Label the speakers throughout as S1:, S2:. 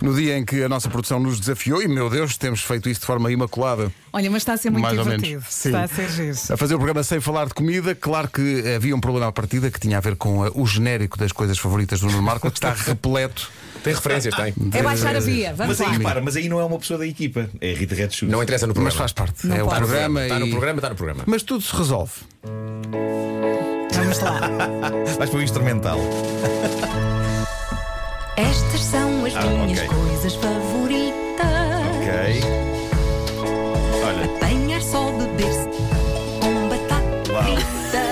S1: No dia em que a nossa produção nos desafiou, e meu Deus, temos feito isso de forma imaculada.
S2: Olha, mas está a ser muito
S1: Mais ou menos.
S2: divertido.
S1: Sim.
S2: Está a ser giro.
S1: A fazer o programa sem falar de comida, claro que havia um problema à partida que tinha a ver com eh, o genérico das coisas favoritas do Nuno Marco, que está repleto.
S3: Tem referências, tem.
S2: É baixar a via, vamos
S4: Mas aí,
S2: lá.
S4: repara, mas aí não é uma pessoa da equipa, é a Rita Red Shoes.
S3: Não interessa no programa.
S1: Mas faz parte.
S2: Não
S1: é
S2: pode.
S1: o programa.
S3: Está no
S1: e-
S3: programa, está no programa.
S1: Mas tudo se resolve.
S2: Vamos lá.
S4: Vais para o instrumental.
S5: Estas são as
S4: Ah,
S5: minhas
S4: ok.
S5: coisas favoritas:
S4: Ok. Olha,
S5: apanhar só beber-se com batata
S4: Uau.
S5: frita,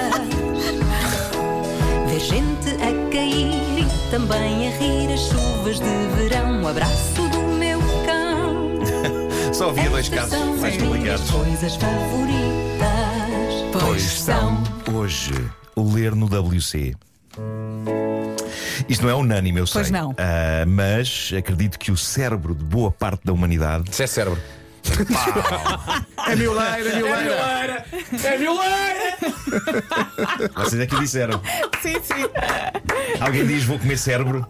S5: ver gente a cair e também a rir as chuvas de verão. O abraço do meu cão.
S4: só havia dois casos
S5: são
S4: mais
S2: é
S5: as minhas
S4: complicados.
S5: coisas favoritas. Pois são.
S4: Hoje, o ler no WC. Isto não é unânime, eu sei.
S2: Pois não.
S4: Ah, mas acredito que o cérebro de boa parte da humanidade
S3: Disseste cérebro.
S1: É miuleira, é miuleira.
S3: É violeira!
S4: Vocês é que disseram.
S2: Sim, sim.
S4: Alguém diz vou comer cérebro,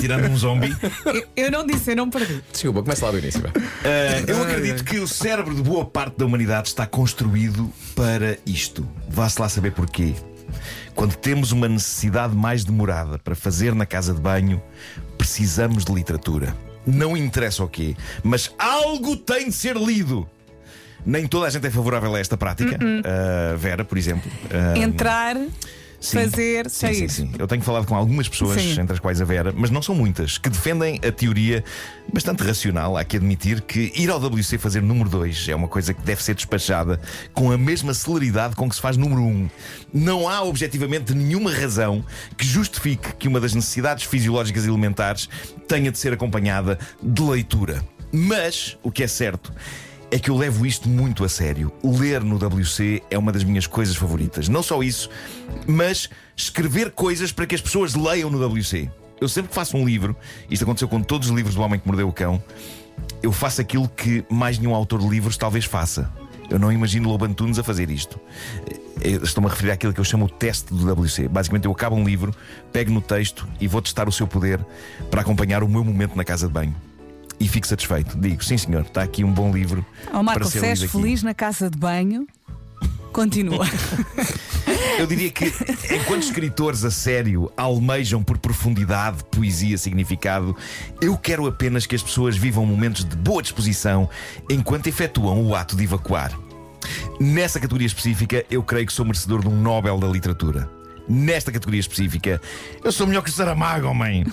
S4: tirando um zombi.
S2: Eu, eu não disse, eu não perdi.
S4: Tá
S3: Desculpa, começa lá do início. vá.
S4: Ah, eu acredito que o cérebro de boa parte da humanidade está construído para isto. Vá-se lá saber porquê. Quando temos uma necessidade mais demorada para fazer na casa de banho, precisamos de literatura. Não interessa o quê, mas algo tem de ser lido. Nem toda a gente é favorável a esta prática. Ah, Vera, por exemplo. Ah,
S2: Entrar,
S4: Sim.
S2: fazer,
S4: Sim,
S2: sair.
S4: Sim, sim. Eu tenho falado com algumas pessoas,
S2: Sim.
S4: entre as quais a Vera, mas não são muitas, que defendem a teoria bastante racional. Há que admitir que ir ao WC fazer número 2 é uma coisa que deve ser despachada com a mesma celeridade com que se faz número 1. Um. Não há objetivamente nenhuma razão que justifique que uma das necessidades fisiológicas elementares tenha de ser acompanhada de leitura. Mas o que é certo é que eu levo isto muito a sério. Ler no WC é uma das minhas coisas favoritas. Não só isso, mas escrever coisas para que as pessoas leiam no WC. Eu sempre que faço um livro, isto aconteceu com todos os livros do Homem que Mordeu o Cão, eu faço aquilo que mais nenhum autor de livros talvez faça. Eu não imagino Lobo Antunes a fazer isto. Eu Estou-me a referir àquilo que eu chamo o teste do WC. Basicamente, eu acabo um livro, pego no texto e vou testar o seu poder para acompanhar o meu momento na casa de banho. E fico satisfeito. Digo, sim senhor, está aqui um bom livro.
S2: Ó Oh, Marco,
S4: para ser
S2: se és
S4: lido aqui."
S2: feliz na casa de banho, continua.
S4: Eu diria que enquanto escritores a sério almejam por profundidade, poesia, significado, eu quero apenas que as pessoas vivam momentos de boa disposição enquanto efetuam o ato de evacuar. Nessa categoria específica, eu creio que sou merecedor de um Nobel da Literatura. Nesta categoria específica, eu sou melhor que o Saramago, homem.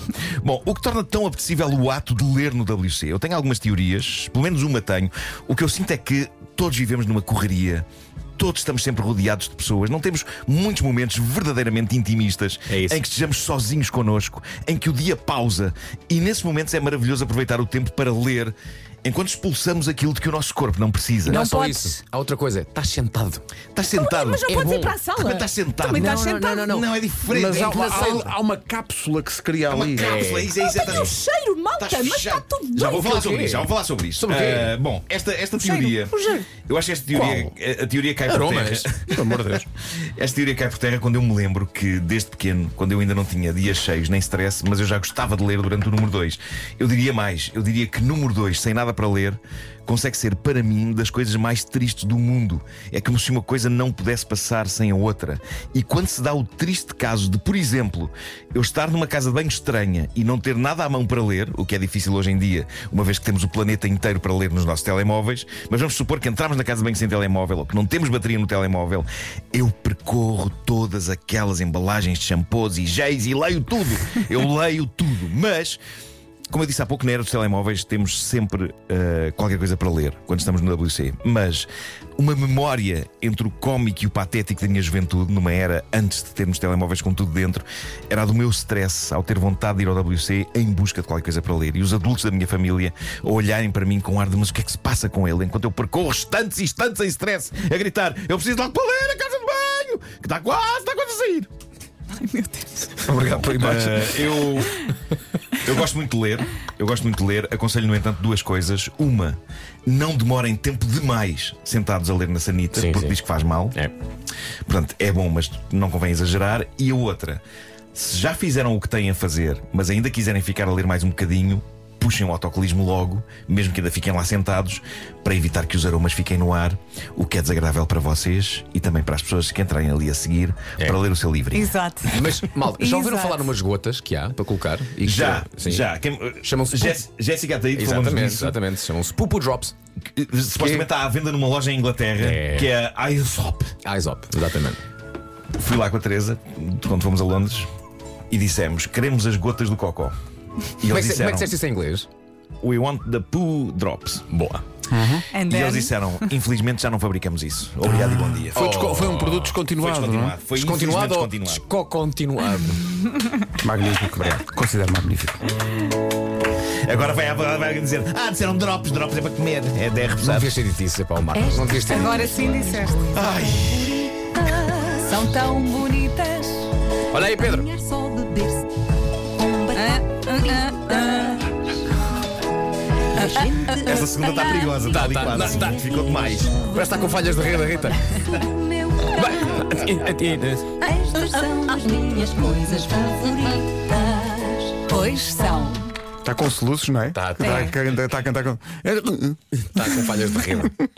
S4: Bom, o que torna tão apetecível o ato de ler no WC? Eu tenho algumas teorias, pelo menos uma tenho. O que eu sinto é que todos vivemos numa correria todos estamos sempre rodeados de pessoas, não temos muitos momentos verdadeiramente intimistas
S3: É isso.
S4: em que estejamos sozinhos connosco, em que o dia pausa e nesses momentos é maravilhoso aproveitar o tempo para ler enquanto expulsamos aquilo de que o nosso corpo não precisa.
S3: Não,
S2: Não
S3: é só
S2: podes.
S3: isso. Há outra coisa. Estás sentado.
S4: Estás sentado.
S2: Mas não
S4: é
S2: podes
S4: bom.
S2: ir para a sala.
S4: Também estás sentado.
S2: Também estás
S3: Não, não,
S2: sentado.
S3: não,
S4: não, é diferente.
S1: Mas
S4: é
S1: há, um- há- um-
S4: inclinação.
S1: há uma cápsula que se cria
S4: Uma
S1: ali.
S4: cápsula, é isso, é isso,
S2: Tem um
S4: estás-
S2: cheiro, malta,
S4: Estás
S2: mas está
S4: Tá fechado.
S2: tudo bem.
S4: Já vou falar
S3: Aquilo
S4: sobre
S3: quê?
S4: isso, já vou falar sobre isso.
S3: Sobre o quê?
S4: Ah, bom, esta, esta
S2: cheiro,
S4: teoria.
S2: o cheiro.
S4: Eu acho que esta teoria, é- a, a teoria cai por terra.
S3: Aromas.
S1: Pelo amor de Deus.
S4: Esta teoria cai por terra quando eu me lembro que, desde pequeno, quando eu ainda não tinha dias cheios nem stress, mas eu já gostava de ler durante o número 2. Eu diria mais, eu diria que número 2, sem nada para ler, consegue ser, para mim, das coisas mais tristes do mundo. É como se uma coisa não pudesse passar sem a outra. E quando se dá o triste caso de, por exemplo, eu estar numa casa de banho estranha e não ter nada à mão para ler, o que é difícil hoje em dia, uma vez que temos o planeta inteiro para ler nos nossos telemóveis, mas vamos supor que entramos na casa de banho sem telemóvel ou que não temos bateria no telemóvel, eu percorro todas aquelas embalagens de shampoos e géis e leio tudo. Eu leio tudo, mas. Como eu disse há pouco, na era dos telemóveis temos sempre eh, qualquer coisa para ler quando estamos no WC. Mas uma memória entre o cómico e o patético da minha juventude, numa era antes de termos telemóveis com tudo dentro, era a do meu stress ao ter vontade de ir ao WC em busca de qualquer coisa para ler. E os adultos da minha família a olharem para mim com ar de mas o que é que se passa com ele? Enquanto eu percorro estantes e estantes em stress a gritar: Eu preciso de algo para ler a casa de banho! Que está quase, está quase a sair!
S2: Ai, meu Deus.
S1: Obrigado pela imagem.
S4: Eh, eu, eu gosto muito de ler, eu gosto muito de ler, aconselho, no entanto, duas coisas. Uma, não demorem tempo demais sentados a ler na sanita,
S3: Sim,
S4: porque
S3: sim.
S4: diz que faz mal.
S3: É.
S4: Portanto, é bom, mas não convém exagerar. E a outra, se já fizeram o que têm a fazer, mas ainda quiserem ficar a ler mais um bocadinho, puxem o autocolismo logo, mesmo que ainda fiquem lá sentados, para evitar que os aromas fiquem no ar, o que é desagradável para vocês e também para as pessoas que entrarem ali a seguir
S3: É.
S4: para ler o seu livrinho.
S2: Exato.
S3: Mas, mal, já ouviram
S2: Exato.
S3: falar numas gotas que há para colocar? E que-
S4: Já,
S3: sim.
S4: já. Quem-
S3: Chamam-se
S4: Jess- Jéssica Ataíde, falamos
S3: Exatamente,
S4: disso.
S3: exatamente. Chamam-se Pupu Drops.
S4: Que, eh, Supostamente há à venda numa loja em Inglaterra,
S3: É.
S4: que é a ISOP.
S3: Aesop, exatamente.
S4: Fui lá com a Teresa, quando fomos a Londres, e dissemos: queremos as gotas do Cocó. E
S3: Como é,
S4: eles
S3: que, se- como é
S4: disseram:
S3: que disseste isso em inglês?
S4: We want the poo drops.
S3: Boa.
S2: And
S4: E
S2: then,
S4: eles disseram: infelizmente já não fabricamos isso. Obrigado e bom dia.
S1: Foi, desco- foi um produto
S4: Foi
S1: descontinuado, não é?
S4: descontinuado. Foi infelizmente
S3: Ah, Descontinuado ou
S4: descontinuado.
S3: desco-continuado?
S1: Magnífico, considero magnífico.
S4: Agora vai, vai, vai dizer: Ah, disseram drops, drops é para comer. É 10
S3: Não
S4: repousados.
S3: devias ter dito isso, é pá, o
S2: É.
S3: Marcos. Não devias ter dito
S2: agora
S3: isso.
S2: sim disseste.
S5: São tão bonitas.
S3: Olha aí, Pedro.
S5: Apanhar só beber-se. um
S2: Ah,
S5: Combater
S2: ah, ah,
S5: a gente.
S4: Essa segunda está perigosa, está ali
S3: tá,
S4: quase.
S3: tá, tá.
S4: Ficou demais.
S3: Parece que está com falhas de rede, Rita.
S5: Estas são as minhas coisas favoritas. Pois são.
S1: Está com soluços, não é?
S3: Tá, tá.
S1: Está a, cantar- está a cantar com.
S3: Está com falhas de rede.